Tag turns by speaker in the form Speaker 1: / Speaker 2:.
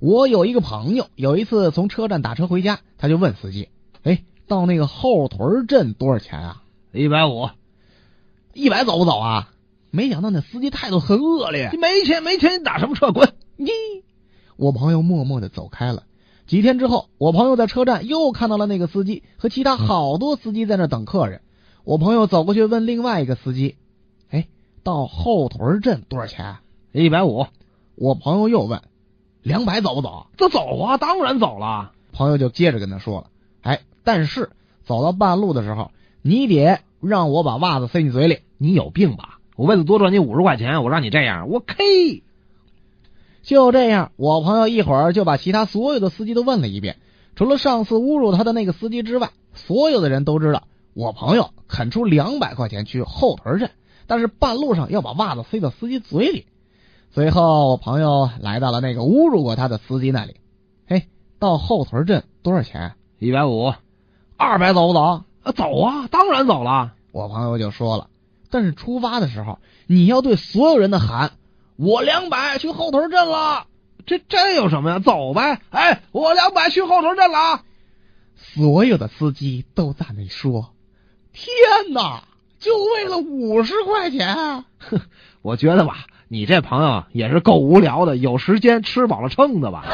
Speaker 1: 我有一个朋友，有一次从车站打车回家，他就问司机：“哎，到那个后屯镇多少钱啊？
Speaker 2: 一百五，
Speaker 1: 一百走不走啊？”没想到那司机态度很恶劣
Speaker 2: 你，没钱没钱，你打什么车滚？
Speaker 1: 你，我朋友默默的走开了。几天之后，我朋友在车站又看到了那个司机和其他好多司机在那等客人。我朋友走过去问另外一个司机：“哎，到后屯镇多少钱啊？”
Speaker 2: 一百五，
Speaker 1: 我朋友又问：“两百走不走
Speaker 2: 这走啊，当然走了。？”
Speaker 1: 朋友就接着跟他说了：“哎，但是走到半路的时候，你得让我把袜子塞你嘴里。
Speaker 2: 你有病吧？我为了多赚你五十块钱，我让你这样，我 K。”
Speaker 1: 就这样，我朋友一会儿就把其他所有的司机都问了一遍，除了上次侮辱他的那个司机之外，所有的人都知道我朋友肯出两百块钱去后屯镇，但是半路上要把袜子塞到司机嘴里。随后，我朋友来到了那个侮辱过他的司机那里，嘿，到后屯镇多少钱？啊
Speaker 2: 一百五，
Speaker 1: 二百走不走？
Speaker 2: 啊，走啊，当然走了。
Speaker 1: 我朋友就说了，但是出发的时候你要对所有人的喊：“我两百去后屯镇了。
Speaker 2: 这这有什么呀？走呗。哎，我两百去后头站了啊。”
Speaker 1: 所有的司机都赞美说：“天哪，就为了五十块钱！”
Speaker 2: 我觉得吧，你这朋友也是够无聊的，有时间吃饱了撑的吧。